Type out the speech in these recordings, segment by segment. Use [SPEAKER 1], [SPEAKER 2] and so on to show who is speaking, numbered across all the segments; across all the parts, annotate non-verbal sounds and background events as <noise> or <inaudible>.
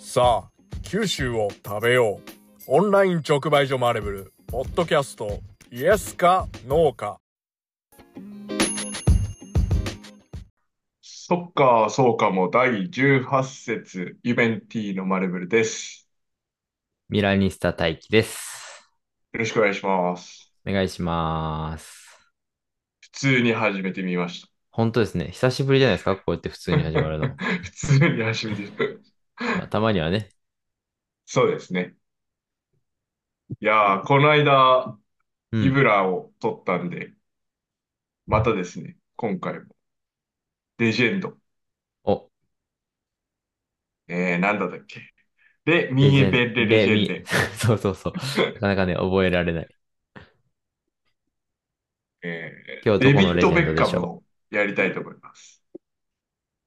[SPEAKER 1] さあ、九州を食べよう。オンライン直売所マーレブル、ポッドキャスト、イエスかノーか。
[SPEAKER 2] そっか、そうかも、第18節、イベンティのマレブルです。
[SPEAKER 3] ミラニスタ大輝です。
[SPEAKER 2] よろしくお願いします。
[SPEAKER 3] お願いします。
[SPEAKER 2] 普通に始めてみまし
[SPEAKER 3] 本当ですね。久しぶりじゃないですかこうやって普通に始まるの。
[SPEAKER 2] <laughs> た。普通に始めてる。
[SPEAKER 3] まあたまにはね。
[SPEAKER 2] そうですね。いやー、この間、
[SPEAKER 3] う
[SPEAKER 2] イ
[SPEAKER 3] ん、
[SPEAKER 2] ブラを取ったんで、またですね、今回も、レジェンド、
[SPEAKER 3] お、
[SPEAKER 2] えー、なんだったっけ。で、ミーベレレジェンデ。
[SPEAKER 3] ミ <laughs> そうそうそう。なかなかね、覚えられない。
[SPEAKER 2] えー
[SPEAKER 3] 今日
[SPEAKER 2] デ
[SPEAKER 3] どこ
[SPEAKER 2] ビ
[SPEAKER 3] の
[SPEAKER 2] ッ
[SPEAKER 3] レジ
[SPEAKER 2] ド・
[SPEAKER 3] ェ
[SPEAKER 2] ベ
[SPEAKER 3] ンド
[SPEAKER 2] ッ
[SPEAKER 3] で
[SPEAKER 2] カ
[SPEAKER 3] しょう
[SPEAKER 2] ムをやりたいと思います。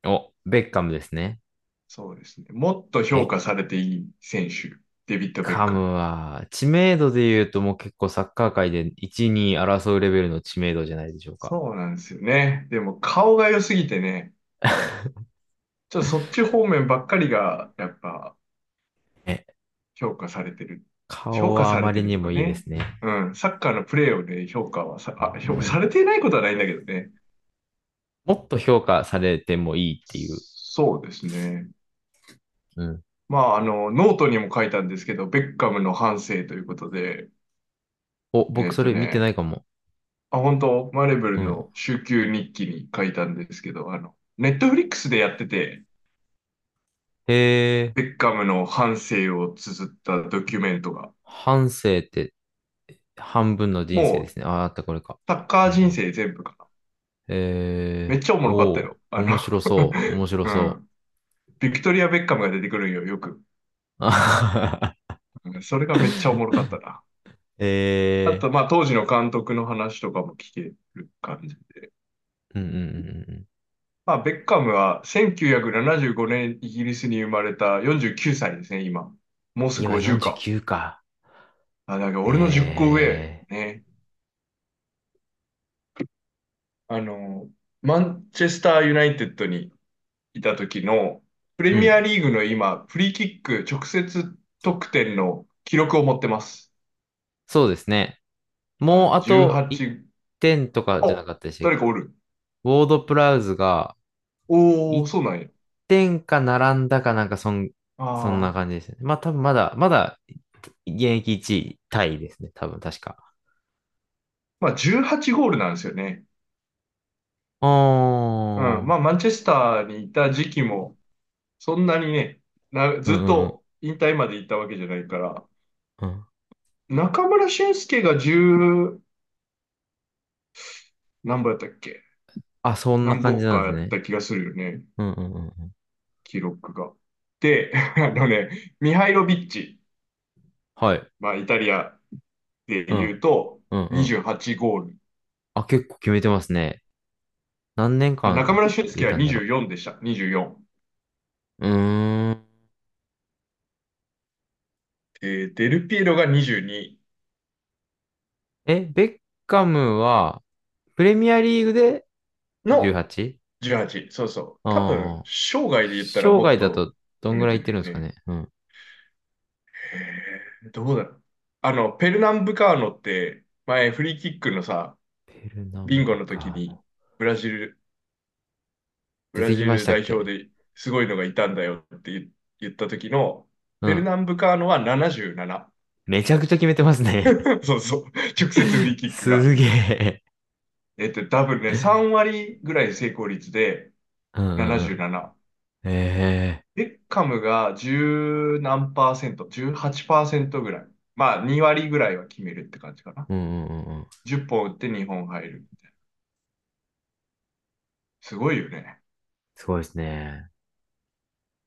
[SPEAKER 3] お、ベッカムですね。
[SPEAKER 2] そうですね。もっと評価されていい選手、デビッド・ベッカ
[SPEAKER 3] カ
[SPEAKER 2] ム。
[SPEAKER 3] ムは、知名度で言うともう結構サッカー界で1、2争うレベルの知名度じゃないでしょうか。
[SPEAKER 2] そうなんですよね。でも顔が良すぎてね、ちょっとそっち方面ばっかりがやっぱ
[SPEAKER 3] え
[SPEAKER 2] 評価されてる。
[SPEAKER 3] <laughs> 顔はあまりにもいいですね。
[SPEAKER 2] うん、サッカーのプレーをね、評価はさ、あ、評価されてないことはないんだけどね。
[SPEAKER 3] もっと評価されてもいいっていう。
[SPEAKER 2] そうですね。
[SPEAKER 3] うん。
[SPEAKER 2] まあ、あの、ノートにも書いたんですけど、ベッカムの反省ということで、
[SPEAKER 3] お、
[SPEAKER 2] えっ
[SPEAKER 3] 僕
[SPEAKER 2] と
[SPEAKER 3] それ
[SPEAKER 2] ね
[SPEAKER 3] 見てないかも。
[SPEAKER 2] あ、本当、マレブルの週休日記に書いたんですけど、あの、ネットフリックスでやってて、
[SPEAKER 3] へえ。
[SPEAKER 2] ベッカムの半生を綴ったドキュメントが、
[SPEAKER 3] 半生って半分の人生ですね。ああ、あったこれか。
[SPEAKER 2] サッカー人生全部かな。
[SPEAKER 3] えー、
[SPEAKER 2] めっちゃおもろかったよ。
[SPEAKER 3] お
[SPEAKER 2] あ
[SPEAKER 3] ー
[SPEAKER 2] の
[SPEAKER 3] 面白そう。面白そうう。
[SPEAKER 2] んビクトリア・ベッカムが出てくるんよ、よく。
[SPEAKER 3] <laughs> あはは
[SPEAKER 2] うんそれがめっちゃおもろかったな。
[SPEAKER 3] <laughs> え
[SPEAKER 2] あ
[SPEAKER 3] ー、
[SPEAKER 2] と、まあ、当時の監督の話とかも聞ける感じで。
[SPEAKER 3] うんうんうん
[SPEAKER 2] まあ、ベッカムは1975年イギリスに生まれた49歳ですね、今。もう
[SPEAKER 3] う
[SPEAKER 2] す
[SPEAKER 3] ん。
[SPEAKER 2] ぐ
[SPEAKER 3] 今
[SPEAKER 2] 50か。
[SPEAKER 3] 49か。
[SPEAKER 2] あ、だから俺の10個上
[SPEAKER 3] え。
[SPEAKER 2] ね。あの、マンチェスターユナイテッドにいた時の、プレミアリーグの今、フリーキック直接得点の記録を持ってます。
[SPEAKER 3] そうですね。もうあと1
[SPEAKER 2] 18、
[SPEAKER 3] 点とかじゃなかったでしたっ
[SPEAKER 2] 誰
[SPEAKER 3] け
[SPEAKER 2] かおる
[SPEAKER 3] ウォードプラウズが
[SPEAKER 2] おー、
[SPEAKER 3] い
[SPEAKER 2] そうなんや。
[SPEAKER 3] 1点か並んだかなんかそん、
[SPEAKER 2] あ
[SPEAKER 3] そんな
[SPEAKER 2] ー
[SPEAKER 3] 感じですね。まあ多分まだ、まだ現役1位タイですね。多分確か。
[SPEAKER 2] まあ、18ゴールなんですよね。
[SPEAKER 3] お
[SPEAKER 2] うん。まあ、マンチェスターにいた時期も、そんなにね、な、ずっと引退まで行ったわけじゃないから、
[SPEAKER 3] うん
[SPEAKER 2] 中村俊輔が10、何本やったっけ
[SPEAKER 3] あ、そんな
[SPEAKER 2] 何
[SPEAKER 3] 感じ
[SPEAKER 2] 本
[SPEAKER 3] なん
[SPEAKER 2] か
[SPEAKER 3] です
[SPEAKER 2] や
[SPEAKER 3] ね
[SPEAKER 2] っ。た気がするよね、
[SPEAKER 3] うんうんうんうん。
[SPEAKER 2] 記録が。で、 <laughs> あのね、ミハイロビッチ、
[SPEAKER 3] はい。
[SPEAKER 2] まあ、イタリアで言うと、
[SPEAKER 3] うんうん、
[SPEAKER 2] 28ゴール。
[SPEAKER 3] あ、結構決めてますね。何年間
[SPEAKER 2] 中村俊輔は
[SPEAKER 3] 入れたんだろ
[SPEAKER 2] 24でした、24。
[SPEAKER 3] う。うーん。
[SPEAKER 2] で、デルピエロが22。
[SPEAKER 3] え、ベッカムは、プレミアリーグで
[SPEAKER 2] の
[SPEAKER 3] 18?
[SPEAKER 2] 18。そうそう。
[SPEAKER 3] あー
[SPEAKER 2] 多分、生涯で言ったら
[SPEAKER 3] 生
[SPEAKER 2] もっ
[SPEAKER 3] 涯だ
[SPEAKER 2] と、
[SPEAKER 3] とどんぐらいいってるんですかね。うん。
[SPEAKER 2] えーどうだろう。あの、ペルナンブカーノって、前、フリーキックのさ、
[SPEAKER 3] ペルナン
[SPEAKER 2] ビンゴの時に、ブラジル、ブラ
[SPEAKER 3] 出て
[SPEAKER 2] ジ
[SPEAKER 3] き
[SPEAKER 2] ル
[SPEAKER 3] ましたっ
[SPEAKER 2] 代
[SPEAKER 3] け
[SPEAKER 2] 表ですごいのがいたんだよって言言った時の、
[SPEAKER 3] う
[SPEAKER 2] ベル
[SPEAKER 3] ん。
[SPEAKER 2] ナンブカーノは77。
[SPEAKER 3] めちゃくちゃ決めてますね。
[SPEAKER 2] <laughs> そうそう。直接フリーキックが。
[SPEAKER 3] すげえ。
[SPEAKER 2] えっと、多分ね、3割ぐらい成功率で
[SPEAKER 3] うんうんうん。
[SPEAKER 2] 77。
[SPEAKER 3] え
[SPEAKER 2] ベッカムが10何パーセント、18%ぐらい。まあ、2割ぐらいは決めるって感じかな。
[SPEAKER 3] えうんうんうんうん。
[SPEAKER 2] 10本打って2本入るみたいな。すごいよね。
[SPEAKER 3] すごいですね。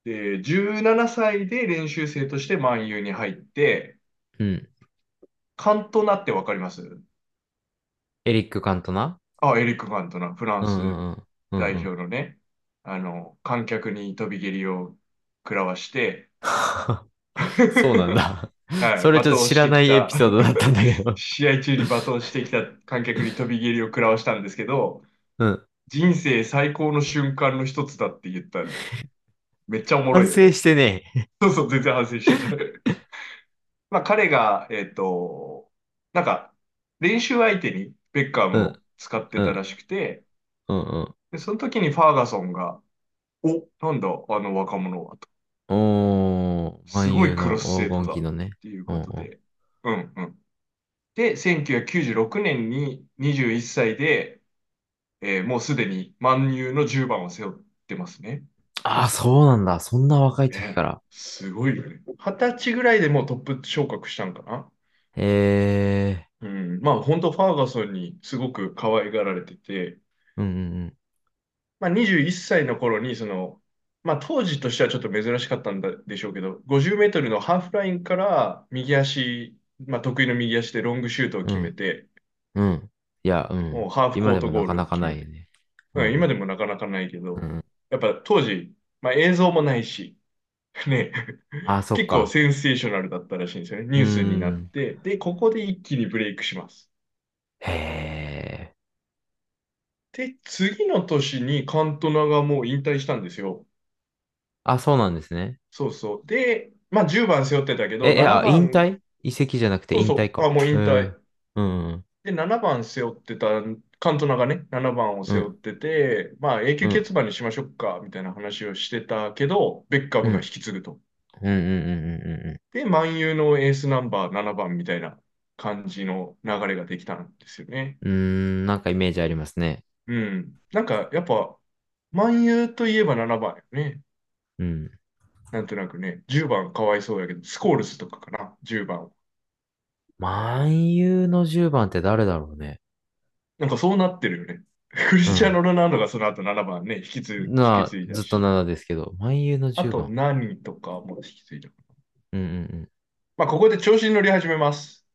[SPEAKER 2] で、17歳で練習生として万有に入って、
[SPEAKER 3] うん。
[SPEAKER 2] カントナってわかります
[SPEAKER 3] エリック・カントナ
[SPEAKER 2] あ、エリック・カントナ、フラ
[SPEAKER 3] う
[SPEAKER 2] ン
[SPEAKER 3] んうん
[SPEAKER 2] ス
[SPEAKER 3] うんうんうん。
[SPEAKER 2] 代表のね、あの、観客に飛び蹴りを食らわして、
[SPEAKER 3] <laughs> そうなんだ。
[SPEAKER 2] はい
[SPEAKER 3] それちょっと知らないエピソードだったんだけ
[SPEAKER 2] <laughs>
[SPEAKER 3] ど。
[SPEAKER 2] 試合中に罵倒してきた観客に飛び蹴りを食らわしたんですけど、
[SPEAKER 3] うん。 <laughs>
[SPEAKER 2] 人生最高の瞬間の一つだって言ったんでめっちゃおもろい
[SPEAKER 3] 反。省してねえ。
[SPEAKER 2] そうそう、全然反省して
[SPEAKER 3] <laughs>
[SPEAKER 2] ない。まあ、彼が、えっと、なんか、練習相手にベッカムを使ってたらしくて、
[SPEAKER 3] うんうん。
[SPEAKER 2] で、その時にファーガソンが、お、なんだ、あの若者は、と
[SPEAKER 3] おー、
[SPEAKER 2] すごい
[SPEAKER 3] 万有の
[SPEAKER 2] クロス制度だ
[SPEAKER 3] 黄金期のね。
[SPEAKER 2] いうことで。うんうん。で、1996年に21歳で、えーもうすでに満遊の10番を背負ってますね。
[SPEAKER 3] ああ、そうなんだ。そんな若い時から。
[SPEAKER 2] すごいよね。二十歳ぐらいでもうトップ昇格したんかな
[SPEAKER 3] ええ
[SPEAKER 2] うん、まあ本当ファーガソンにすごく可愛がられてて、
[SPEAKER 3] ー、うんうんうん。
[SPEAKER 2] まあ、21歳の頃にその、まあ、当時としてはちょっと珍しかったんだでしょうけど50メートルのハーフラインから右足、まあ、得意の右足でロングシュートを決めて、
[SPEAKER 3] うん。いや、うん。
[SPEAKER 2] もうハーフコ
[SPEAKER 3] 今
[SPEAKER 2] ー
[SPEAKER 3] で
[SPEAKER 2] ト
[SPEAKER 3] も
[SPEAKER 2] ゴー
[SPEAKER 3] なか
[SPEAKER 2] ル
[SPEAKER 3] な
[SPEAKER 2] を決
[SPEAKER 3] か
[SPEAKER 2] めて
[SPEAKER 3] ないよね。
[SPEAKER 2] うん、今でもなかなかないけど、
[SPEAKER 3] うん。
[SPEAKER 2] やっぱ当時、まあ、映像もないし、 <laughs> ね、
[SPEAKER 3] ああ、そっ
[SPEAKER 2] 結構
[SPEAKER 3] か。
[SPEAKER 2] センセーショナルだったらしいんですよね。ニュースになって、で、ここで一気にブレイクします。
[SPEAKER 3] へえ。
[SPEAKER 2] で、次の年にカントナがもう引退したんですよ。
[SPEAKER 3] あ、そうなんですね。
[SPEAKER 2] そうそう。で、まあ10番背負ってたけど、
[SPEAKER 3] え、え、あ、
[SPEAKER 2] 7番
[SPEAKER 3] 引退移籍じゃなくて
[SPEAKER 2] そう
[SPEAKER 3] 引
[SPEAKER 2] そう
[SPEAKER 3] 退か。
[SPEAKER 2] あ、もう引退。
[SPEAKER 3] うん。うん。
[SPEAKER 2] で、7番背負ってた、カントナがね、7番を背負ってて、まあ永久欠番にしましょうか、みたいな話をしてたけど、ベッカムが引き継ぐと。
[SPEAKER 3] うんうんうんうんうん。
[SPEAKER 2] で、万有のエースナンバー7番みたいな感じの流れができたんですよね。
[SPEAKER 3] うーん、なんかイメージありますね。
[SPEAKER 2] うん。なんか、やっぱ、万有といえば7番よね。
[SPEAKER 3] うん。
[SPEAKER 2] なんとなくね、10番かわいそうやけど、スコールスとかかな、10番。
[SPEAKER 3] 万有の10番って誰だろうね。
[SPEAKER 2] なんかそうなってるよね。 <laughs> クリスチャーノ・ロナウドがその後7番ね、引き継い、引
[SPEAKER 3] な
[SPEAKER 2] き継いだ
[SPEAKER 3] ずっ
[SPEAKER 2] し
[SPEAKER 3] と7ですけど、万有の
[SPEAKER 2] あ
[SPEAKER 3] 10
[SPEAKER 2] と、
[SPEAKER 3] 番。
[SPEAKER 2] ナニとかも引き継いだ。
[SPEAKER 3] うんうんうん。
[SPEAKER 2] まあ、ここで調子に乗り始め
[SPEAKER 3] <laughs>
[SPEAKER 2] ます。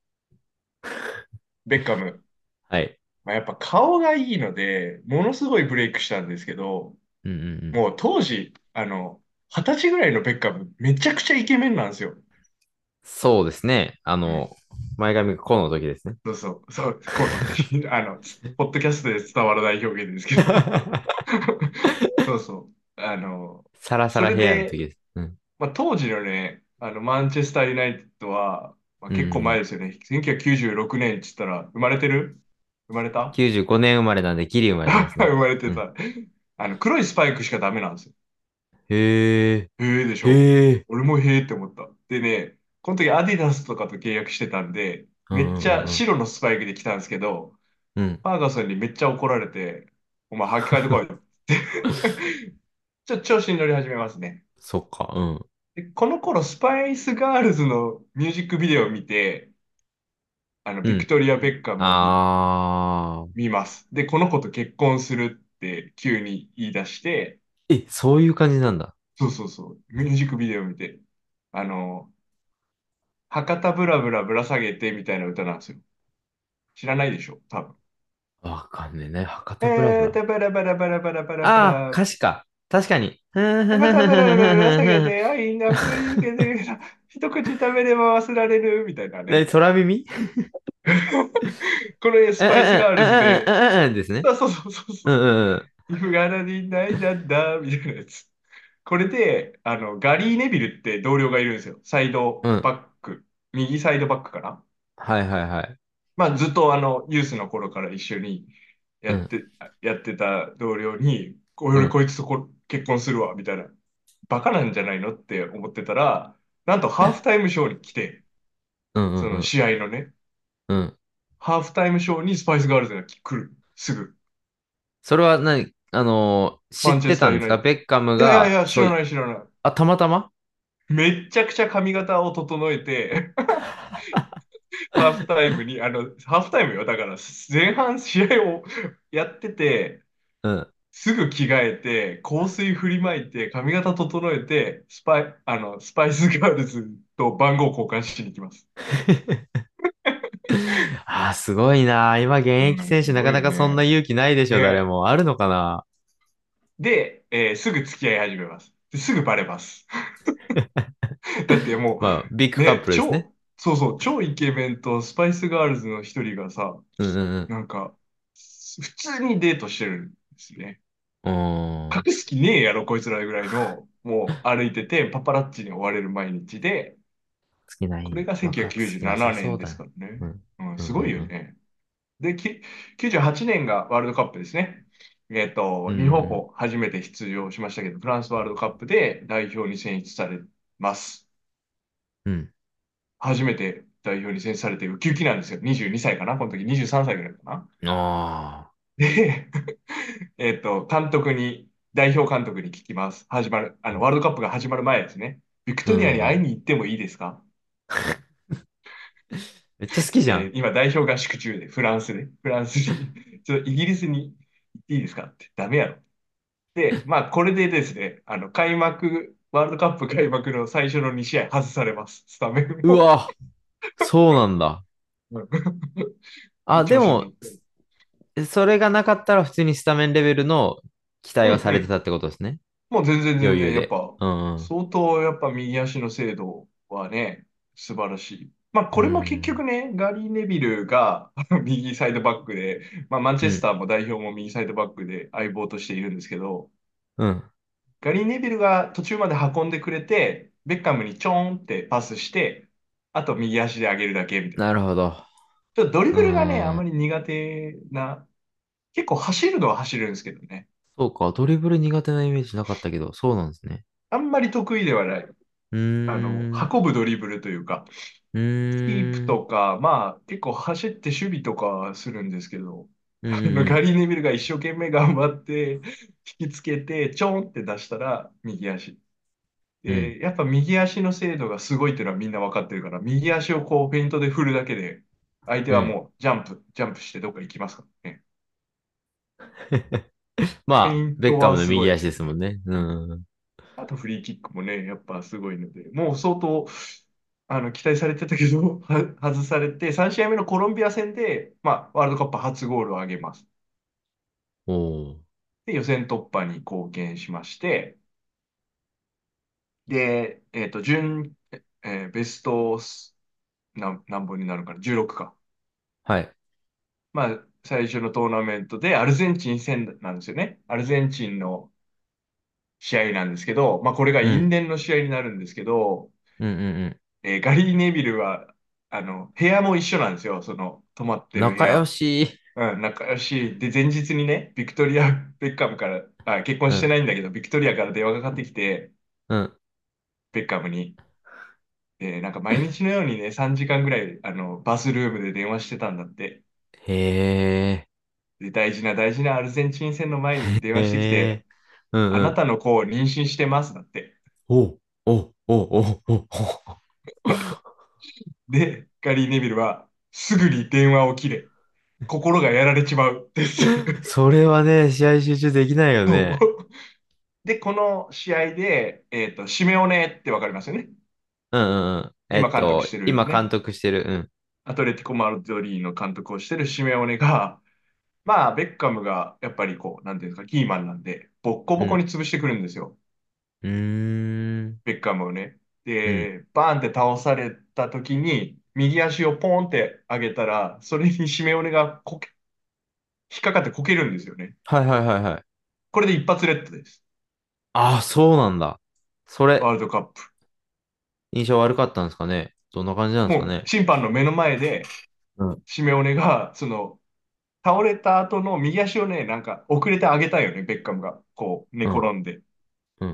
[SPEAKER 2] ベッカム。
[SPEAKER 3] はい。
[SPEAKER 2] まあ、やっぱ顔がいいので、ものすごいブレイクしたんですけど、
[SPEAKER 3] うんうんうん。
[SPEAKER 2] もう当時、あの、二十歳ぐらいのベッカム、めちゃくちゃイケメンなんですよ。
[SPEAKER 3] そうですね。あの、前髪がこの
[SPEAKER 2] <laughs>
[SPEAKER 3] 時ですね。
[SPEAKER 2] そうそう、そう、こう、あ <laughs> の、ポッドキャストで伝わらない表現ですけど、 <laughs> そうそう、あの、
[SPEAKER 3] サラサラヘアの時です。うん。
[SPEAKER 2] まあ、当時のね、あのマンチェスター・ユナイテッドは、まあ、結構前ですよね。1996年って言ったら、生まれてる生まれた
[SPEAKER 3] 95年生まれなんで、ギリ生まれなんですね
[SPEAKER 2] <laughs> 生。まれて
[SPEAKER 3] う
[SPEAKER 2] た。あの、黒いスパイクしかダメなんですよ。
[SPEAKER 3] へえ。
[SPEAKER 2] へえでしょ。
[SPEAKER 3] へえ。
[SPEAKER 2] 俺もへえって思った。でね、この時アディダスとかと契約してたんで、
[SPEAKER 3] うんうんうん
[SPEAKER 2] めっちゃ白のスパイクで来たんですけど、
[SPEAKER 3] うん。
[SPEAKER 2] ファーガソンにめっちゃ怒られて、お前履き替えてこい <laughs> ってちょっと調子に乗り始めますね。
[SPEAKER 3] そっか。うん。
[SPEAKER 2] で、この頃、スパイスガールズのミュージックビデオを見て、あの、
[SPEAKER 3] ん
[SPEAKER 2] ビクトリア・ベッカムを
[SPEAKER 3] あ
[SPEAKER 2] 見ます。で、この子と結婚するって急に言い出して、
[SPEAKER 3] ー。え、そういう感じなんだ。
[SPEAKER 2] そうそうそう、ミュージックビデオを見て、あの、博多ブラブラぶら下げてみたいな歌なんですよ。知らないでしょ、多分。
[SPEAKER 3] わかんねえね。博多ブラ
[SPEAKER 2] え
[SPEAKER 3] ブ
[SPEAKER 2] ー、バラバラバラバラバラバラ。
[SPEAKER 3] ラ。あー、歌詞か。確かに。
[SPEAKER 2] またブラブラぶら下げて、あ、いいな、ぶら下げて
[SPEAKER 3] <laughs>
[SPEAKER 2] みたいな、一口食べれば忘れられる、みたいなね
[SPEAKER 3] ね、。空耳
[SPEAKER 2] これ、スパイスガールズで、
[SPEAKER 3] うんうんうんうんうんですね。
[SPEAKER 2] あそうそうそう
[SPEAKER 3] う
[SPEAKER 2] そう。
[SPEAKER 3] んうんうん。
[SPEAKER 2] if gonna be night なんだ、みたいなやつ。これで、あの、ガリー・ネビルって同僚がいるんですよ。サイド
[SPEAKER 3] うん
[SPEAKER 2] バック。右サイドバックかな。
[SPEAKER 3] はいはいはい。
[SPEAKER 2] まあ、ずっとあの、ユースの頃から一緒にやって、やってた同僚に、こ
[SPEAKER 3] ん
[SPEAKER 2] 俺こいつとこ結婚するわ、みたいな。バカなんじゃないのって思ってたら、なんとハーフタイムショーに来て、
[SPEAKER 3] うんう
[SPEAKER 2] そ
[SPEAKER 3] んう
[SPEAKER 2] の
[SPEAKER 3] ん。
[SPEAKER 2] 試合のね、
[SPEAKER 3] うん。
[SPEAKER 2] ハーフタイムショーにスパイスガールズが来る。すぐ。
[SPEAKER 3] それは何あのー
[SPEAKER 2] マン
[SPEAKER 3] 知
[SPEAKER 2] チ
[SPEAKER 3] っ
[SPEAKER 2] ェ
[SPEAKER 3] て
[SPEAKER 2] スタ
[SPEAKER 3] た
[SPEAKER 2] ー
[SPEAKER 3] んですか
[SPEAKER 2] ユナイ
[SPEAKER 3] ベッカム
[SPEAKER 2] いやい
[SPEAKER 3] が。
[SPEAKER 2] や、知ら
[SPEAKER 3] そう
[SPEAKER 2] ない知らない。
[SPEAKER 3] あ、たまたま
[SPEAKER 2] めっちゃくちゃ髪型を整え
[SPEAKER 3] <laughs>
[SPEAKER 2] て、ハーフタイムに、あの、ハーフタイムよ。だから、前半試合をやってて、
[SPEAKER 3] うん。
[SPEAKER 2] すぐ着替えて、香水振りまいて、髪型整えて、スパイ、あの、スパイスガールズと番号交換しに行きます。
[SPEAKER 3] あー、すごいな。今、現役選手、
[SPEAKER 2] うん
[SPEAKER 3] なかなか
[SPEAKER 2] すごいね
[SPEAKER 3] そんな勇気ないでしょ、
[SPEAKER 2] ね
[SPEAKER 3] 誰も。あるのかな
[SPEAKER 2] で、えーすぐ付き合い始めます。ですぐバレ
[SPEAKER 3] <laughs>
[SPEAKER 2] ます。だってもう、
[SPEAKER 3] まあ、ビッグカップルですね。
[SPEAKER 2] 超、そうそう、超イケメンとスパイスガールズの一人がさ、
[SPEAKER 3] うんうん
[SPEAKER 2] なんか、普通にデートしてるんですね。
[SPEAKER 3] うん。うーん。
[SPEAKER 2] 隠す気ねえやろ、こいつらぐらいのもう歩いてて、パパラッチに追われる毎日で、
[SPEAKER 3] 尽きない。
[SPEAKER 2] これが
[SPEAKER 3] まあ
[SPEAKER 2] 1997年ですか
[SPEAKER 3] そう
[SPEAKER 2] らね
[SPEAKER 3] だ。ね
[SPEAKER 2] うん、すごいよね。で、き98年がワールドカップですね。えっと、
[SPEAKER 3] うん
[SPEAKER 2] 日本も初めて出場しましたけど、フランスワールドカップで代表に選出されます。
[SPEAKER 3] うん。うん。
[SPEAKER 2] 初めて代表に選出されてウキウキなんですよ。22歳かなこの時23歳ぐらいかな
[SPEAKER 3] あ
[SPEAKER 2] で、 <laughs> えっと、監督に、代表監督に聞きます。始まる、あの、ワールドカップが始まる前ですね。ビクトリアに会いに行ってもいいですか、
[SPEAKER 3] あ。めっちゃ好きじゃ
[SPEAKER 2] えー
[SPEAKER 3] ん。
[SPEAKER 2] 今、代表合宿中で、フランスで、フランスに、 <laughs> ちょっとイギリスに行っていいですかって、ダメやろ。
[SPEAKER 3] <laughs>
[SPEAKER 2] で、まあ、これでですね、あの、開幕、ワールドカップ開幕の最初の2試合外されます、スタメン
[SPEAKER 3] う
[SPEAKER 2] を。
[SPEAKER 3] わ、そうなんだ。あ、
[SPEAKER 2] 一
[SPEAKER 3] で
[SPEAKER 2] 応
[SPEAKER 3] も、それがなかったら普通にスタメンレベルの期待はされてたってことですね。
[SPEAKER 2] もう全然全
[SPEAKER 3] 余裕
[SPEAKER 2] 然、
[SPEAKER 3] で
[SPEAKER 2] やっぱ、
[SPEAKER 3] うんうん。
[SPEAKER 2] 相当やっぱ右足の精度はね、素晴らしい。まあこれも結局ね、ガリー・ネビルが <laughs> 右サイドバックで、まあマンチェスターも代表も右サイドバックで相棒としているんですけど、
[SPEAKER 3] うん。
[SPEAKER 2] ガリー・ネビルが途中まで運んでくれて、ベッカムにちょーんってパスして、あと右足で上げるだけみたいな。
[SPEAKER 3] なるほど。
[SPEAKER 2] ちょっとドリブルがね、
[SPEAKER 3] うん
[SPEAKER 2] あんまり苦手な、結構走るのは走るんですけどね、
[SPEAKER 3] そうか、ドリブル苦手なイメージなかったけど、そうなんですね。
[SPEAKER 2] あんまり得意ではない。
[SPEAKER 3] う
[SPEAKER 2] あ
[SPEAKER 3] ーん。
[SPEAKER 2] の、運ぶドリブルというか、
[SPEAKER 3] う
[SPEAKER 2] キ
[SPEAKER 3] ーん
[SPEAKER 2] ープとか、まあ、結構走って守備とかするんですけど、
[SPEAKER 3] うん
[SPEAKER 2] あ
[SPEAKER 3] うんう
[SPEAKER 2] の
[SPEAKER 3] ん
[SPEAKER 2] ガリー・ネビルが一生懸命頑張って、引きつけて、ちょんって出したら、右足。で、やっぱ右足の精度がすごいっていうのはみんな分かってるから、右足をこう、フェイントで振るだけで、相手はもう、ジャンプ、ジャンプしてどっか行きますからね。
[SPEAKER 3] まあ
[SPEAKER 2] ペイン、トは
[SPEAKER 3] ベッカムの
[SPEAKER 2] すごい
[SPEAKER 3] 右足ですもんね。うん。
[SPEAKER 2] あと、フリーキックもね、やっぱすごいので、もう相当、あの、期待されてたけど、は外されて、3試合目のコロンビア戦で、まあ、ワールドカップ初ゴールを挙げます。
[SPEAKER 3] おー
[SPEAKER 2] で、予選突破に貢献しまして、で、えっと、準、えーベストス、なん、何本になるかな、16か。
[SPEAKER 3] はい。
[SPEAKER 2] まあ、最初のトーナメントで、アルゼンチン戦なんですよね。アルゼンチンの試合なんですけど、まあ、これが因縁の試合になるんですけど、
[SPEAKER 3] うんうんうん。
[SPEAKER 2] えーガリー・ネビルは、あの、部屋も一緒なんですよ、その、泊まってる部
[SPEAKER 3] 仲
[SPEAKER 2] 屋。
[SPEAKER 3] 良し。
[SPEAKER 2] うん、仲良し。で、前日にね、ビクトリア・ <laughs> ベッカムから、あ、結婚してないんだけど、ビクトリアから電話がかかってきて、
[SPEAKER 3] うん。
[SPEAKER 2] ベッカムに。で、なんか毎日のようにね、3時間 <laughs> ぐらい、あの、バスルームで電話してたんだって。
[SPEAKER 3] へえ。
[SPEAKER 2] で、大事な大事なアルゼンチン戦の前に電話してき
[SPEAKER 3] へ
[SPEAKER 2] て
[SPEAKER 3] え。、うんうん。
[SPEAKER 2] あなたの子を妊娠してますだって。
[SPEAKER 3] おおおおお
[SPEAKER 2] で、ガリー・ネビルは、すぐに電話を切れ。心がやられちまう。です。
[SPEAKER 3] それはね、試合集中できないよ <laughs> ね。
[SPEAKER 2] <laughs> で、この試合で、えっと、シメオネってわかりますよね。
[SPEAKER 3] うんうんうん。えっ
[SPEAKER 2] 今監督
[SPEAKER 3] と
[SPEAKER 2] してる、ね
[SPEAKER 3] 今監督してる。うん。
[SPEAKER 2] アトレティコ・マルドリーの監督をしてるシメオネが、 <laughs> まあ、ベッカムがやっぱりこう、なんていうんですか、キーマンなんで、ボッコボコに潰してくるんですよ、
[SPEAKER 3] うーん。
[SPEAKER 2] ベッカムをね。で、バーンって倒された時に、右足をポーンって上げたら、それにシメオネがこけ、引っかかってこけるんですよね。
[SPEAKER 3] はいはいはいはい。
[SPEAKER 2] これで一発レッドです。
[SPEAKER 3] ああ、そうなんだ。それ、
[SPEAKER 2] ワールドカップ。
[SPEAKER 3] 印象悪かったんですかね。どんな感じなんですか
[SPEAKER 2] もう
[SPEAKER 3] ね。
[SPEAKER 2] 審判の目の前で
[SPEAKER 3] うん、
[SPEAKER 2] シメオネが、その、倒れた後の右足をね、なんか遅れて上げたよね、ベッカムが。こう、寝転んで。
[SPEAKER 3] うんうんうん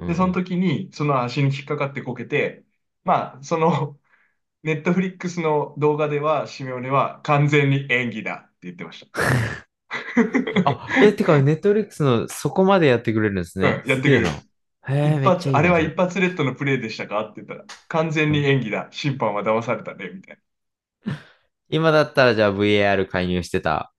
[SPEAKER 2] で、その時に、その足に引っかかってこけて、まあ、その、 <laughs> ネットフリックスの動画では、シメオネは完全に演技だって言ってました。
[SPEAKER 3] あ、え、てか、ネットフリックスのそこまでやってくれるんですね。
[SPEAKER 2] うんやってくれる
[SPEAKER 3] すげえな。
[SPEAKER 2] 一
[SPEAKER 3] へえ、めっち
[SPEAKER 2] 発、
[SPEAKER 3] ゃいいな
[SPEAKER 2] あれは一発レッドのプレーでしたかって言ったら、完全に演技だ。審判は騙されたね、みたい
[SPEAKER 3] 今だったら、じゃあ VAR 介入してた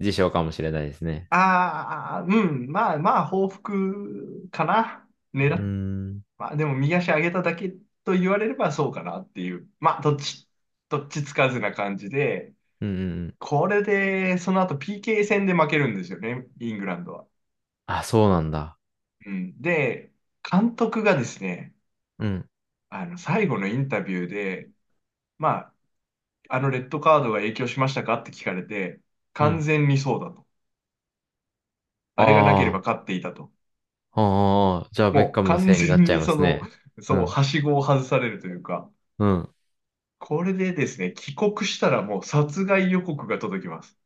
[SPEAKER 3] 事象かもしれないですね。
[SPEAKER 2] な。ああ、うん、まあまあ、報復かな。
[SPEAKER 3] う
[SPEAKER 2] 狙
[SPEAKER 3] ー
[SPEAKER 2] っ
[SPEAKER 3] ん。
[SPEAKER 2] まあでも右足上げただけと言われればそうかなっていう、まあどっち、どっちつかずな感じで、
[SPEAKER 3] うんうんうん。
[SPEAKER 2] これでその後 PK 戦で負けるんですよね、イングランドは。
[SPEAKER 3] あ、そうなんだ。
[SPEAKER 2] うん、で、監督がですね、
[SPEAKER 3] うん。
[SPEAKER 2] あの最後のインタビューで、まあ、あのレッドカードが影響しましたかって聞かれて、完全にそうだと。あれがなければ勝っていたと。
[SPEAKER 3] ああ、じゃあ、ベッカムの
[SPEAKER 2] もう
[SPEAKER 3] せいになっちゃい
[SPEAKER 2] 完全に
[SPEAKER 3] ます
[SPEAKER 2] その
[SPEAKER 3] ね。
[SPEAKER 2] そうう、
[SPEAKER 3] ん
[SPEAKER 2] はしごを外されるというか、
[SPEAKER 3] うん。
[SPEAKER 2] これでですね、帰国したらもう殺害予告が届きます。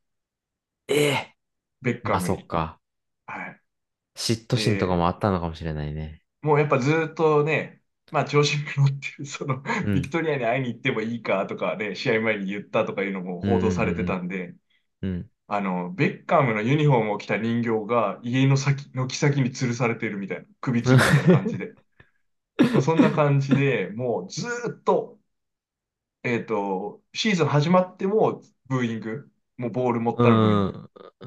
[SPEAKER 3] ええ。
[SPEAKER 2] ベッカ
[SPEAKER 3] あ、
[SPEAKER 2] ム
[SPEAKER 3] そ
[SPEAKER 2] に。
[SPEAKER 3] っか。
[SPEAKER 2] はい。
[SPEAKER 3] 嫉妬心とかもあったのかもしれないね。
[SPEAKER 2] もうやっぱずっとね、まあ調子に乗って <laughs> る、その、
[SPEAKER 3] う
[SPEAKER 2] ビク
[SPEAKER 3] ん。
[SPEAKER 2] トリアに会いに行ってもいいかとかね、試合前に言ったとかいうのも
[SPEAKER 3] う
[SPEAKER 2] 報
[SPEAKER 3] ん
[SPEAKER 2] 道
[SPEAKER 3] うん
[SPEAKER 2] されて
[SPEAKER 3] う
[SPEAKER 2] た
[SPEAKER 3] ん
[SPEAKER 2] んで、
[SPEAKER 3] うん。うん。
[SPEAKER 2] あの、ベッカムのユニフォームを着た人形が家の先、軒先に吊るされているみたいな、首吊りみたいな感じ
[SPEAKER 3] <laughs>
[SPEAKER 2] で。まあそんな感じで、もうずーっと、えっと、シーズン始まってもブーイング、もうボール持っ
[SPEAKER 3] う
[SPEAKER 2] たらブー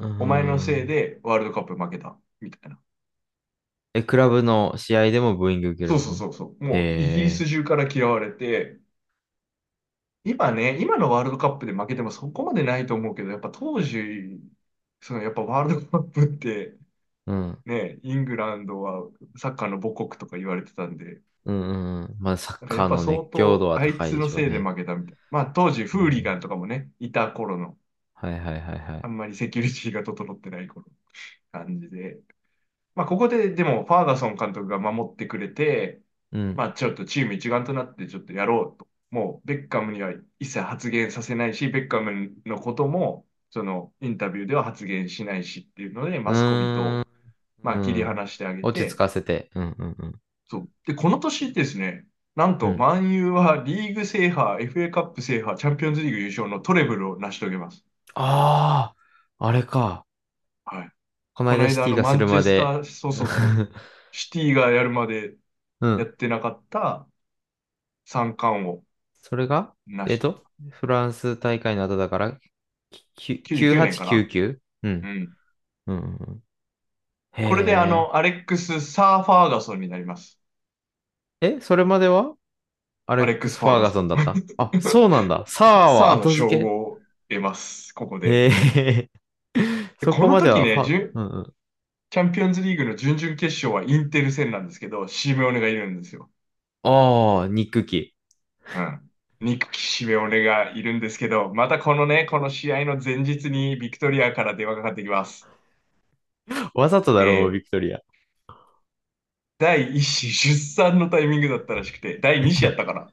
[SPEAKER 2] イング。
[SPEAKER 3] ん。
[SPEAKER 2] お前のせい
[SPEAKER 3] うん
[SPEAKER 2] でワールドカップ負けた、みたいな。
[SPEAKER 3] え、クラブの試合でもブーイング受ける
[SPEAKER 2] そうそう
[SPEAKER 3] の
[SPEAKER 2] そうそう。もうイギリ
[SPEAKER 3] え
[SPEAKER 2] ス中から嫌われて、今ね、今のワールドカップで負けてもそこまでないと思うけど、やっぱ当時、そのやっぱワールドカップって
[SPEAKER 3] えうん
[SPEAKER 2] ね、イングランドはサッカーの母国とか言われてたんで、
[SPEAKER 3] うんうんうん。まあ、サッ
[SPEAKER 2] なんかや
[SPEAKER 3] カ
[SPEAKER 2] っぱ
[SPEAKER 3] ーの
[SPEAKER 2] 相
[SPEAKER 3] 熱狂度
[SPEAKER 2] 当
[SPEAKER 3] は
[SPEAKER 2] あい
[SPEAKER 3] 高い
[SPEAKER 2] つ
[SPEAKER 3] で
[SPEAKER 2] の
[SPEAKER 3] しょう
[SPEAKER 2] せいで
[SPEAKER 3] ね。
[SPEAKER 2] 負けたみたいな。まあ当時
[SPEAKER 3] う
[SPEAKER 2] フーリガ
[SPEAKER 3] ん。
[SPEAKER 2] ンとかもね、いた頃の、
[SPEAKER 3] はいはいはいは
[SPEAKER 2] あ
[SPEAKER 3] い。
[SPEAKER 2] んまりセキュリティが整ってない頃の感じで。まあここででもファーガソン監督が守ってくれて、
[SPEAKER 3] うん。
[SPEAKER 2] まあちょっとチーム一丸となってちょっとやろうと。もうベッカムには一切発言させないし、ベッカムのこともそのインタビューでは発言しないしっていうので、
[SPEAKER 3] う
[SPEAKER 2] マスコミ
[SPEAKER 3] ー
[SPEAKER 2] と、
[SPEAKER 3] ん。
[SPEAKER 2] まあ、切り
[SPEAKER 3] うん。
[SPEAKER 2] 離してあげ
[SPEAKER 3] 落ち着
[SPEAKER 2] て、
[SPEAKER 3] かせて。うんうんうん。
[SPEAKER 2] そう。で、この年ですね、なん
[SPEAKER 3] う
[SPEAKER 2] と
[SPEAKER 3] ん。
[SPEAKER 2] マンユーはリーグ制覇、FA カップ制覇、チャンピオンズリーグ優勝のトレブルを成し遂げます。
[SPEAKER 3] ああ、あれか。
[SPEAKER 2] はい。
[SPEAKER 3] この
[SPEAKER 2] この
[SPEAKER 3] 間シ
[SPEAKER 2] 間、あ
[SPEAKER 3] テ
[SPEAKER 2] の、
[SPEAKER 3] ィが
[SPEAKER 2] マ
[SPEAKER 3] す
[SPEAKER 2] ン
[SPEAKER 3] る
[SPEAKER 2] チ
[SPEAKER 3] ま
[SPEAKER 2] ェスタ
[SPEAKER 3] で。
[SPEAKER 2] ー、そうそうそう、
[SPEAKER 3] <laughs>
[SPEAKER 2] シティがやるまで
[SPEAKER 3] う
[SPEAKER 2] やっ
[SPEAKER 3] ん。
[SPEAKER 2] てなかった三冠を
[SPEAKER 3] それが、
[SPEAKER 2] 成
[SPEAKER 3] えっ
[SPEAKER 2] し、
[SPEAKER 3] と、フランス大会の後だから、ききゅ
[SPEAKER 2] 99年かな。
[SPEAKER 3] 9899? う。
[SPEAKER 2] うんん。
[SPEAKER 3] うんうんうん。へ
[SPEAKER 2] これであ
[SPEAKER 3] え。
[SPEAKER 2] の、アレックス・サー・ファーガソンになります。
[SPEAKER 3] え、それまではアレ
[SPEAKER 2] アレ
[SPEAKER 3] ッ
[SPEAKER 2] ック
[SPEAKER 3] クス・
[SPEAKER 2] ス・
[SPEAKER 3] フ
[SPEAKER 2] ファ
[SPEAKER 3] ァ
[SPEAKER 2] ー
[SPEAKER 3] ー
[SPEAKER 2] ガ
[SPEAKER 3] ガ
[SPEAKER 2] ソ
[SPEAKER 3] ソン
[SPEAKER 2] ン。
[SPEAKER 3] だった。あ、そうな
[SPEAKER 2] <laughs>
[SPEAKER 3] んだ。サーは
[SPEAKER 2] サーの
[SPEAKER 3] 後
[SPEAKER 2] 称
[SPEAKER 3] 付け。
[SPEAKER 2] 号を得ます、ここで。
[SPEAKER 3] へえ。
[SPEAKER 2] で、
[SPEAKER 3] そ
[SPEAKER 2] こ
[SPEAKER 3] こ
[SPEAKER 2] の
[SPEAKER 3] まで
[SPEAKER 2] 時
[SPEAKER 3] はフ
[SPEAKER 2] ね、準
[SPEAKER 3] ァ、うんうん。
[SPEAKER 2] チャンピオンズリーグの準々決勝はインテル戦なんですけど、シメオネがいるんですよ。
[SPEAKER 3] ああ、ニックキ。
[SPEAKER 2] うん。ニック・シメオネがいるんですけど、またこのね、この試合の前日にビクトリアから電話がかかってきます。
[SPEAKER 3] わざとだろう、
[SPEAKER 2] えー
[SPEAKER 3] ビクトリア。
[SPEAKER 2] 第1子出産のタイミングだったらしくて、第2子やったかな。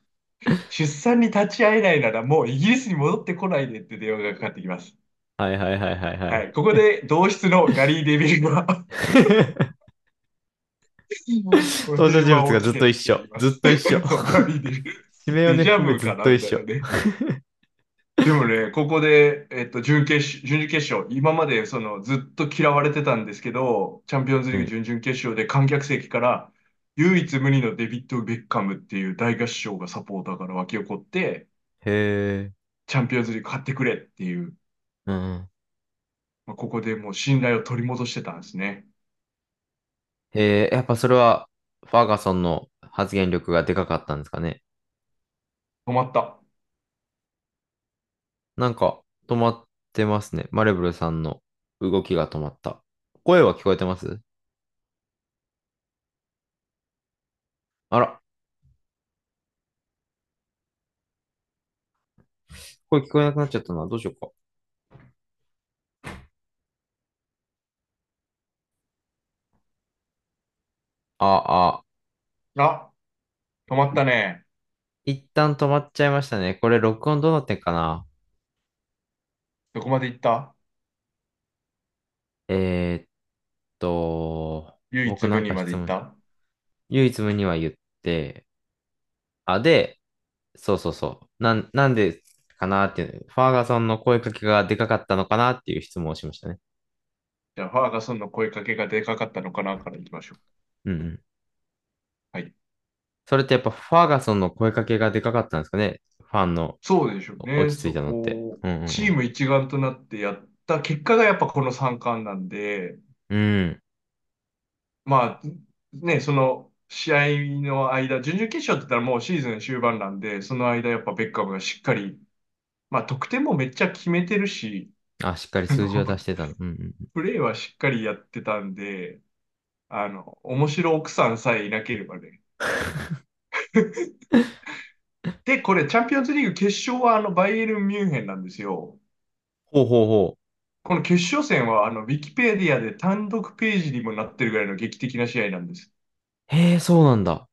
[SPEAKER 2] 出産に立ち会えないならもうイギリスに戻ってこないでって電話がかかってきます。
[SPEAKER 3] はいはいはいはいは。
[SPEAKER 2] はい
[SPEAKER 3] <laughs>
[SPEAKER 2] い。ここで同室のガリー・デビルが
[SPEAKER 3] 登場
[SPEAKER 2] 私
[SPEAKER 3] 人物
[SPEAKER 2] は
[SPEAKER 3] が
[SPEAKER 2] 起き
[SPEAKER 3] ずってと
[SPEAKER 2] っ
[SPEAKER 3] 一
[SPEAKER 2] て言
[SPEAKER 3] 緒。
[SPEAKER 2] いま
[SPEAKER 3] ずっ
[SPEAKER 2] す。
[SPEAKER 3] と一緒。
[SPEAKER 2] そう、ガリー・デビル。
[SPEAKER 3] シメオ
[SPEAKER 2] デ
[SPEAKER 3] ネ
[SPEAKER 2] ジャ
[SPEAKER 3] 含め
[SPEAKER 2] ブ
[SPEAKER 3] ずっ
[SPEAKER 2] かな
[SPEAKER 3] と
[SPEAKER 2] み
[SPEAKER 3] 一
[SPEAKER 2] たいな
[SPEAKER 3] 緒。
[SPEAKER 2] ね。でもね、ここで、えっと、準決勝、準々決勝、今までそのずっと嫌われてたんですけど、チャンピオンズ
[SPEAKER 3] う
[SPEAKER 2] リーグ
[SPEAKER 3] ん。
[SPEAKER 2] 準々決勝で観客席から唯一無二のデビッド・ベッカムっていう大合唱がサポーターから湧き起こって、
[SPEAKER 3] へえ。
[SPEAKER 2] チャンピオンズリーグ勝ってくれっていう、
[SPEAKER 3] うん。
[SPEAKER 2] まあ、ここでもう信頼を取り戻してたんですね。
[SPEAKER 3] へえ、やっぱそれは、ファーガソンの発言力がでかかったんですかね。
[SPEAKER 2] 止まった。
[SPEAKER 3] なんか、止まってますね。マレブルさんの動きが止まった。声は聞こえてますあら、声聞こえなくなっちゃったな。どうしようか。あ、あ、
[SPEAKER 2] あ、止まったね。
[SPEAKER 3] 一旦止まっちゃいましたね。これ録音どうなってんかな
[SPEAKER 2] どこまで行った
[SPEAKER 3] えーっと、
[SPEAKER 2] 唯
[SPEAKER 3] 僕
[SPEAKER 2] 一
[SPEAKER 3] な
[SPEAKER 2] 無
[SPEAKER 3] ん
[SPEAKER 2] 二
[SPEAKER 3] か
[SPEAKER 2] まで
[SPEAKER 3] 質
[SPEAKER 2] 行っ
[SPEAKER 3] 問、
[SPEAKER 2] た
[SPEAKER 3] 唯一無二は言って、あ、で、そうそうそう。なん、なんでかなっていう、ファーガソンの声かけがでかかったのかなっていう質問をしましたね。
[SPEAKER 2] じゃあ、ファーガソンの声かけがでかかったのかなから行きましょう。
[SPEAKER 3] うんうん。
[SPEAKER 2] はい。
[SPEAKER 3] それってやっぱファーガソンの声かけがでかかったんですかね。ファンの
[SPEAKER 2] そうでしょう
[SPEAKER 3] 落
[SPEAKER 2] ね。
[SPEAKER 3] ち着
[SPEAKER 2] そ
[SPEAKER 3] いたのって。
[SPEAKER 2] こ、
[SPEAKER 3] うん
[SPEAKER 2] チーム一丸となってやった結果がやっぱこの三冠なんで、
[SPEAKER 3] うんうん。うん。
[SPEAKER 2] まあ、ね、その試合の間、準々決勝って言ったらもうシーズン終盤なんで、その間やっぱベッカムがしっかり、まあ得点もめっちゃ決めてるし、
[SPEAKER 3] あ、しっかり
[SPEAKER 2] あ
[SPEAKER 3] 数字を出
[SPEAKER 2] の
[SPEAKER 3] し
[SPEAKER 2] <laughs>
[SPEAKER 3] てたの。うんうん。
[SPEAKER 2] プレーはしっかりやってたんで、あの、面白奥さんさえいなければ
[SPEAKER 3] <laughs>
[SPEAKER 2] ね。で、これチャンピオンズリーグ決勝はあのバイエルン・ミュンヘンなんですよ。
[SPEAKER 3] ほうほうほう。
[SPEAKER 2] この決勝戦は、あの、ウィキペディアで単独ページにもなってるぐらいの劇的な試合なんです。
[SPEAKER 3] へえ、そうなんだ。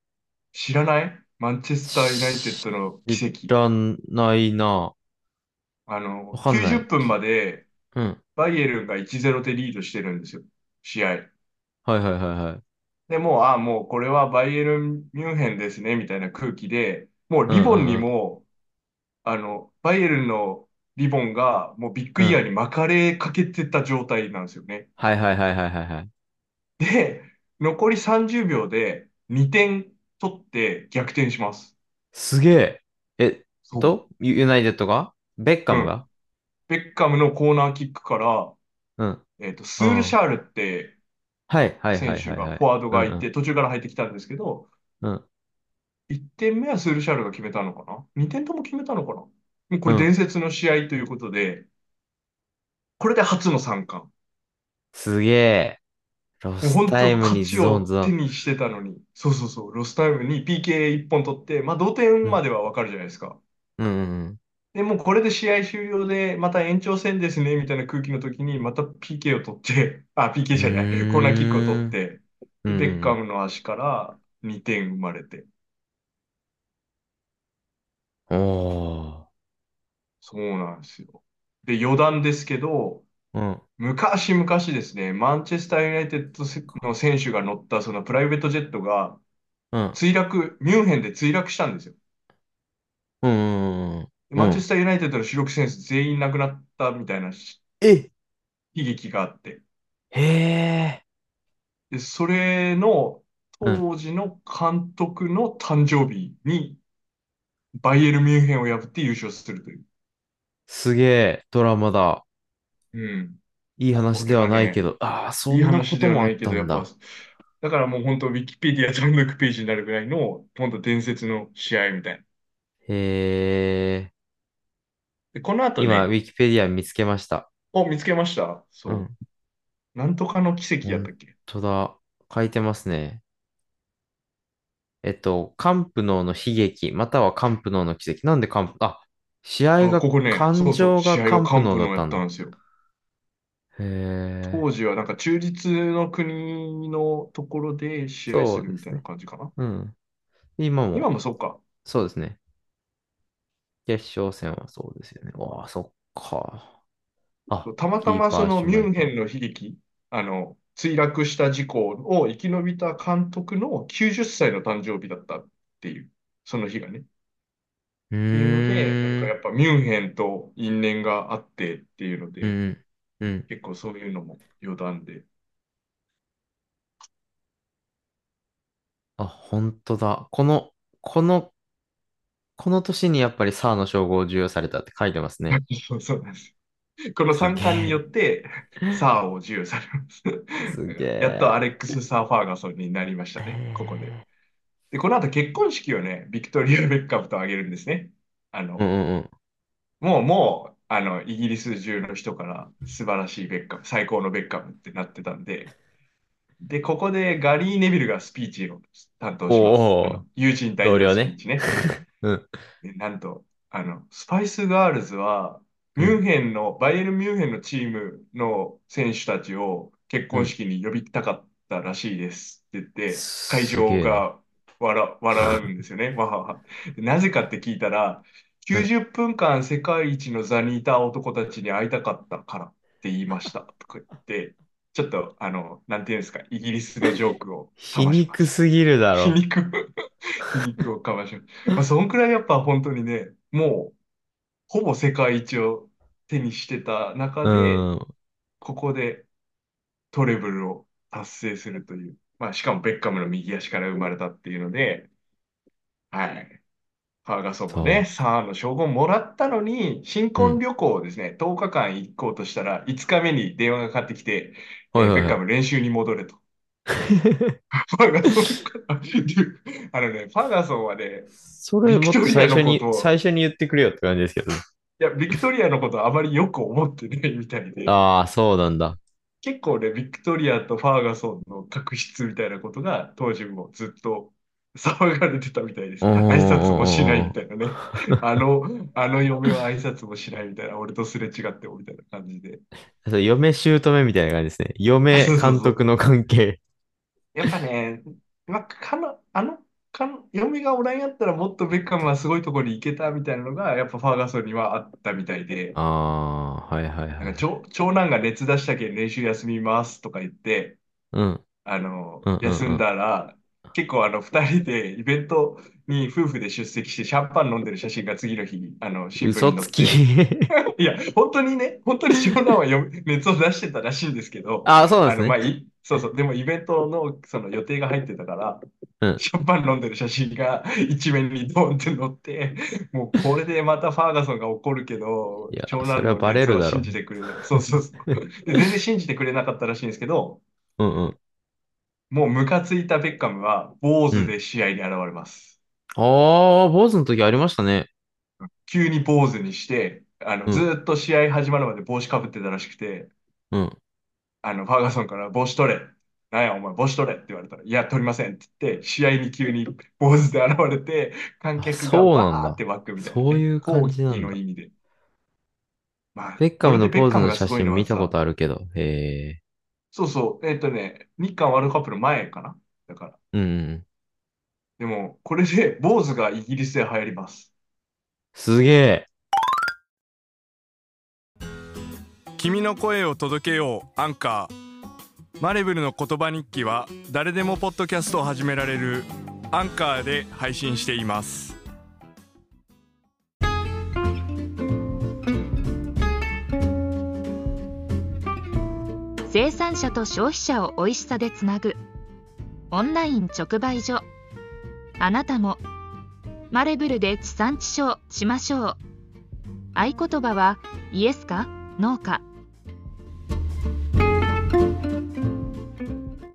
[SPEAKER 2] 知らないマンチェスター・ユナイテッドの奇
[SPEAKER 3] 知
[SPEAKER 2] 跡。
[SPEAKER 3] らないな。
[SPEAKER 2] あの、
[SPEAKER 3] わかんない
[SPEAKER 2] 90分まで
[SPEAKER 3] うん。
[SPEAKER 2] バイエルンが1-0でリードしてるんですよ、試合。
[SPEAKER 3] はいはいはいはい。
[SPEAKER 2] で、もう、ああ、もうこれはバイエルン・ミュンヘンですね、みたいな空気で、もうリボンにも、あの、バイエルンのリボンが、もうビッグイヤーに巻かれかけてた状態なんですよね。
[SPEAKER 3] はいはいはいはいはいはい。
[SPEAKER 2] で、残り30秒で2点取って逆転します。
[SPEAKER 3] すげえ。え、
[SPEAKER 2] そう
[SPEAKER 3] と、ユユナイテッドがベッカムが
[SPEAKER 2] ベッカムのコーナーキックから、
[SPEAKER 3] うん。
[SPEAKER 2] えっと、スールシャールって
[SPEAKER 3] はいはいはい
[SPEAKER 2] 選
[SPEAKER 3] はい
[SPEAKER 2] 手
[SPEAKER 3] は
[SPEAKER 2] が、
[SPEAKER 3] い。
[SPEAKER 2] フォワードがい
[SPEAKER 3] うんう
[SPEAKER 2] て、途中から入ってきたんですけど、
[SPEAKER 3] ん。うん。
[SPEAKER 2] 1点目はスールシャールが決めたのかな ?2 点とも決めたのかなもうこれ伝説の試合ということで、これで初の三冠。
[SPEAKER 3] すげえ。ロ
[SPEAKER 2] もう本
[SPEAKER 3] ス
[SPEAKER 2] 当
[SPEAKER 3] タイム
[SPEAKER 2] 勝
[SPEAKER 3] に
[SPEAKER 2] ち
[SPEAKER 3] ズドン
[SPEAKER 2] を
[SPEAKER 3] ズド
[SPEAKER 2] 手
[SPEAKER 3] ン。
[SPEAKER 2] にしてたのに、そうそうそう、ロスタイムに PK1 本取って、まあ同点まではわかるじゃないですか。
[SPEAKER 3] うんうん
[SPEAKER 2] で、もうこれで試合終了で、また延長戦ですね、みたいな空気の時に、また PK を取って、あ、PK じゃな
[SPEAKER 3] う
[SPEAKER 2] い、
[SPEAKER 3] ーん
[SPEAKER 2] コーナーキックを取って、
[SPEAKER 3] うん。
[SPEAKER 2] ベッカ
[SPEAKER 3] うん
[SPEAKER 2] ムの足から2点生まれて。
[SPEAKER 3] うん。お
[SPEAKER 2] そうなんですよ。で、余談ですけど、
[SPEAKER 3] ー。うん。
[SPEAKER 2] 昔々ですね、マンチェスターユナイテッドの選手が乗ったそのプライベートジェットが
[SPEAKER 3] うん。
[SPEAKER 2] 墜落、ミュンヘンで墜落したんですよ。
[SPEAKER 3] うんうんうん。
[SPEAKER 2] でマンチェスターユナイテッドの主力選手全員亡くなったみたいなし
[SPEAKER 3] え
[SPEAKER 2] 悲劇があって、
[SPEAKER 3] へえ。
[SPEAKER 2] で、それの当時の監督の誕生日にバイエルンミュンヘンを破って優勝するという。
[SPEAKER 3] すげえ。ドラマだ。
[SPEAKER 2] うん。
[SPEAKER 3] いい話ではないけど。ああ、そん
[SPEAKER 2] いい
[SPEAKER 3] なこ
[SPEAKER 2] 話で
[SPEAKER 3] と
[SPEAKER 2] は
[SPEAKER 3] もあ
[SPEAKER 2] ない
[SPEAKER 3] っ
[SPEAKER 2] け
[SPEAKER 3] た
[SPEAKER 2] ど、や
[SPEAKER 3] ん
[SPEAKER 2] っ
[SPEAKER 3] だ
[SPEAKER 2] ぱ。、だからもう本当、ウィキペディア単独ページになるぐらいの、本当伝説の試合みたいな。
[SPEAKER 3] へえ。
[SPEAKER 2] で、この後
[SPEAKER 3] 今、
[SPEAKER 2] ね、
[SPEAKER 3] ウィキペディア見つけました。
[SPEAKER 2] お、見つけましたそうう。
[SPEAKER 3] ん。
[SPEAKER 2] なんとかの奇跡やったっけ
[SPEAKER 3] とだ。書いてますね。えっと、カンプノーの悲劇、またはカンプノーの奇跡。なんでカンプ、あ、試合
[SPEAKER 2] あ、
[SPEAKER 3] が、
[SPEAKER 2] ここね、
[SPEAKER 3] 感
[SPEAKER 2] そうそう、
[SPEAKER 3] 情が
[SPEAKER 2] 試合
[SPEAKER 3] カ
[SPEAKER 2] が
[SPEAKER 3] ン
[SPEAKER 2] カ
[SPEAKER 3] プ
[SPEAKER 2] ンプ
[SPEAKER 3] ノー
[SPEAKER 2] ノ
[SPEAKER 3] だ
[SPEAKER 2] ー
[SPEAKER 3] っ
[SPEAKER 2] や
[SPEAKER 3] た
[SPEAKER 2] っ
[SPEAKER 3] ん
[SPEAKER 2] た
[SPEAKER 3] だ。
[SPEAKER 2] んですよ。
[SPEAKER 3] へえ。
[SPEAKER 2] 当時はなんか中立の国のところで試合するみたいな感じかな。
[SPEAKER 3] うん。今
[SPEAKER 2] 今
[SPEAKER 3] も、
[SPEAKER 2] もそうか。
[SPEAKER 3] そうですね。決勝戦はそうですよね。わあ、そっか。あ、
[SPEAKER 2] たまた
[SPEAKER 3] キー
[SPEAKER 2] ま
[SPEAKER 3] パ
[SPEAKER 2] そ
[SPEAKER 3] ー
[SPEAKER 2] の
[SPEAKER 3] シュ
[SPEAKER 2] ミ
[SPEAKER 3] マイ
[SPEAKER 2] ュ
[SPEAKER 3] ケ
[SPEAKER 2] ンヘン
[SPEAKER 3] ル
[SPEAKER 2] の悲劇、あの、墜落した事故を生き延びた監督の90歳の誕生日だったっていう、その日がね。っ
[SPEAKER 3] う
[SPEAKER 2] ていうので、なんかやっぱ
[SPEAKER 3] ーん。
[SPEAKER 2] ミュンヘンと因縁があってっていうの
[SPEAKER 3] う
[SPEAKER 2] で、
[SPEAKER 3] ん。うん。
[SPEAKER 2] 結構そういうのも余談で。 <laughs>
[SPEAKER 3] あ、本当だ。この、この、この年にやっぱりサーの称号を授与されたって書いてますね。
[SPEAKER 2] そうそうなんです。この
[SPEAKER 3] す
[SPEAKER 2] 三
[SPEAKER 3] げ
[SPEAKER 2] 冠によっ
[SPEAKER 3] え。
[SPEAKER 2] て、サーを授与されます。
[SPEAKER 3] すげ
[SPEAKER 2] やっとア
[SPEAKER 3] え。
[SPEAKER 2] レックス・サー・ファーガソンになりましたね、ここで。
[SPEAKER 3] えー
[SPEAKER 2] で、この後結婚式をね、ビクトリア・ベッカムとあげるんですね。あ
[SPEAKER 3] うん
[SPEAKER 2] の、
[SPEAKER 3] うんうん。
[SPEAKER 2] もう、もう、あの、イギリス中の人から素晴らしいベッカム、最高のベッカムってなってたんで、で、ここでガリー・ネビルがスピーチを担当します。
[SPEAKER 3] お
[SPEAKER 2] あ
[SPEAKER 3] ーおー、
[SPEAKER 2] の、友人代
[SPEAKER 3] 同
[SPEAKER 2] 表
[SPEAKER 3] 僚
[SPEAKER 2] スピー
[SPEAKER 3] ね。
[SPEAKER 2] チね。
[SPEAKER 3] うん。
[SPEAKER 2] で、なんと、あの、スパイスガールズは、
[SPEAKER 3] う
[SPEAKER 2] ミュン
[SPEAKER 3] ん。
[SPEAKER 2] ヘンの、バイエルンミュンヘンのチームの選手たちを結
[SPEAKER 3] う
[SPEAKER 2] 婚
[SPEAKER 3] ん。
[SPEAKER 2] 式に呼びたかったらしいですって言って、会
[SPEAKER 3] す
[SPEAKER 2] 場
[SPEAKER 3] げえな。
[SPEAKER 2] が笑、笑うんですよ
[SPEAKER 3] <laughs>
[SPEAKER 2] ね。わはは。でなぜかって聞いたら、
[SPEAKER 3] うん。
[SPEAKER 2] 90分間世界一の座にいた男たちに会いたかったからって言いましたとか言って、ちょっと、あの、なんていうんですか、イギリスのジョークをか
[SPEAKER 3] 皮
[SPEAKER 2] ましま
[SPEAKER 3] 肉
[SPEAKER 2] す。
[SPEAKER 3] すぎるだ
[SPEAKER 2] 皮
[SPEAKER 3] ろ。
[SPEAKER 2] 肉 <laughs> 皮肉をかましますまあ、そんくらいやっぱ本当にね、もうほぼ世界一を手にしてた中
[SPEAKER 3] う
[SPEAKER 2] で、
[SPEAKER 3] ん。
[SPEAKER 2] ここでトレブルを達成するという、まあ、しかもベッカムの右足から生まれたっていうので、はい。ファーガソンもね、
[SPEAKER 3] そ
[SPEAKER 2] サーの称号もらったのに、新
[SPEAKER 3] う。う
[SPEAKER 2] 婚
[SPEAKER 3] ん。
[SPEAKER 2] 旅行をですね、10日間行こうとしたら、5日目に電話がかかってきて、
[SPEAKER 3] は
[SPEAKER 2] え
[SPEAKER 3] い
[SPEAKER 2] ー
[SPEAKER 3] は
[SPEAKER 2] ベ
[SPEAKER 3] い
[SPEAKER 2] ッカ
[SPEAKER 3] はい。
[SPEAKER 2] ム練習に戻れと。 <laughs> ファーガソンから、あのね、ファーガソンはね、
[SPEAKER 3] それ
[SPEAKER 2] ビク
[SPEAKER 3] もっ
[SPEAKER 2] ト
[SPEAKER 3] と
[SPEAKER 2] リ
[SPEAKER 3] 最
[SPEAKER 2] アの
[SPEAKER 3] 初
[SPEAKER 2] こ
[SPEAKER 3] に、
[SPEAKER 2] とを、
[SPEAKER 3] 最初に言ってくれよって感じです
[SPEAKER 2] <laughs>
[SPEAKER 3] けどね。
[SPEAKER 2] いや、ビクトリアのことあまりよく思ってないみたいで、
[SPEAKER 3] ああ、そうなんだ。
[SPEAKER 2] 結構ね、ビクトリアとファーガソンの確執みたいなことが当時もずっと騒がれてたみたいです。
[SPEAKER 3] おー
[SPEAKER 2] 挨拶もしないみたいなね。あの、あの嫁は挨拶もしないみたいな、俺とすれ違ってもみたいな感じで。
[SPEAKER 3] そう嫁姑みたいな感じですね。嫁
[SPEAKER 2] そうそうそう
[SPEAKER 3] 監督の
[SPEAKER 2] <laughs>
[SPEAKER 3] 関係。
[SPEAKER 2] やっぱね、まあ、かな、あの、かの嫁がおらんやったらもっとベッカムはすごいところに行けたみたいなのが、やっぱファーガソンにはあったみたいで、
[SPEAKER 3] ああ、はいは
[SPEAKER 2] な
[SPEAKER 3] い
[SPEAKER 2] ん
[SPEAKER 3] は
[SPEAKER 2] か
[SPEAKER 3] い。
[SPEAKER 2] 長、長男が熱出したけん練習休みますとか言って、
[SPEAKER 3] うん。
[SPEAKER 2] あの
[SPEAKER 3] うんうんうん、
[SPEAKER 2] 休んだら、結構あの、二人でイベントに夫婦で出席してシャンパン飲んでる写真が次の日、あの、新聞に
[SPEAKER 3] 嘘
[SPEAKER 2] 載っ
[SPEAKER 3] つ
[SPEAKER 2] て
[SPEAKER 3] き。
[SPEAKER 2] <laughs> いや、本当にね、本当に長男はよ熱を出してたらしいんですけど、
[SPEAKER 3] ああ、そうな
[SPEAKER 2] あ
[SPEAKER 3] んで
[SPEAKER 2] の、
[SPEAKER 3] す
[SPEAKER 2] まあ、
[SPEAKER 3] ね。
[SPEAKER 2] い、そうそう、でもイベントのその予定が入ってたから、
[SPEAKER 3] うん
[SPEAKER 2] シャンパン飲んでる写真が一面にドーンって載って、もうこれでまたファーガソンが怒るけど
[SPEAKER 3] いや、
[SPEAKER 2] 長
[SPEAKER 3] そ
[SPEAKER 2] 男
[SPEAKER 3] れは
[SPEAKER 2] の
[SPEAKER 3] バレる
[SPEAKER 2] 熱を
[SPEAKER 3] だろ
[SPEAKER 2] 信じてくれない。そうそうそう。で全然信じてくれなかったらしいんですけど、
[SPEAKER 3] うんうん。
[SPEAKER 2] もうムカついたベッカムは坊主で試合に現れます。
[SPEAKER 3] ああ、坊主の時ありましたね。
[SPEAKER 2] 急に坊主にして、あの、
[SPEAKER 3] うん
[SPEAKER 2] ずーっと試合始まるまで帽子かぶってたらしくて、
[SPEAKER 3] うん。
[SPEAKER 2] あの、ファーガソンから帽子取れ。なんや、お前帽子取れって言われたら、いや、取りませんって言って、試合に急に坊主で現れて、観客が
[SPEAKER 3] そうなんだ
[SPEAKER 2] わーって湧くみたいなね、
[SPEAKER 3] そういう感じなん
[SPEAKER 2] 好
[SPEAKER 3] だ
[SPEAKER 2] 奇の意味で。まあ、
[SPEAKER 3] ベッカムの
[SPEAKER 2] これで
[SPEAKER 3] ポーズ
[SPEAKER 2] ベッカ
[SPEAKER 3] の
[SPEAKER 2] ムが
[SPEAKER 3] 写
[SPEAKER 2] すごい
[SPEAKER 3] 真
[SPEAKER 2] のは
[SPEAKER 3] 見たこと
[SPEAKER 2] さ
[SPEAKER 3] あるけど。へえ。
[SPEAKER 2] そうそう、えっとね、日韓ワールドカップの前かな。だから。
[SPEAKER 3] うんうん。
[SPEAKER 2] でも、これで坊主がイギリスで流行ります。
[SPEAKER 3] すげえ。
[SPEAKER 1] 君の声を届けようアンカーマレブルの言葉日記は誰でもポッドキャストを始められるアンカーで配信しています
[SPEAKER 4] 生産者と消費者を美味しさでつなぐオンライン直売所あなたもマレブルで地産地消しましょう合言葉はイエスかノーか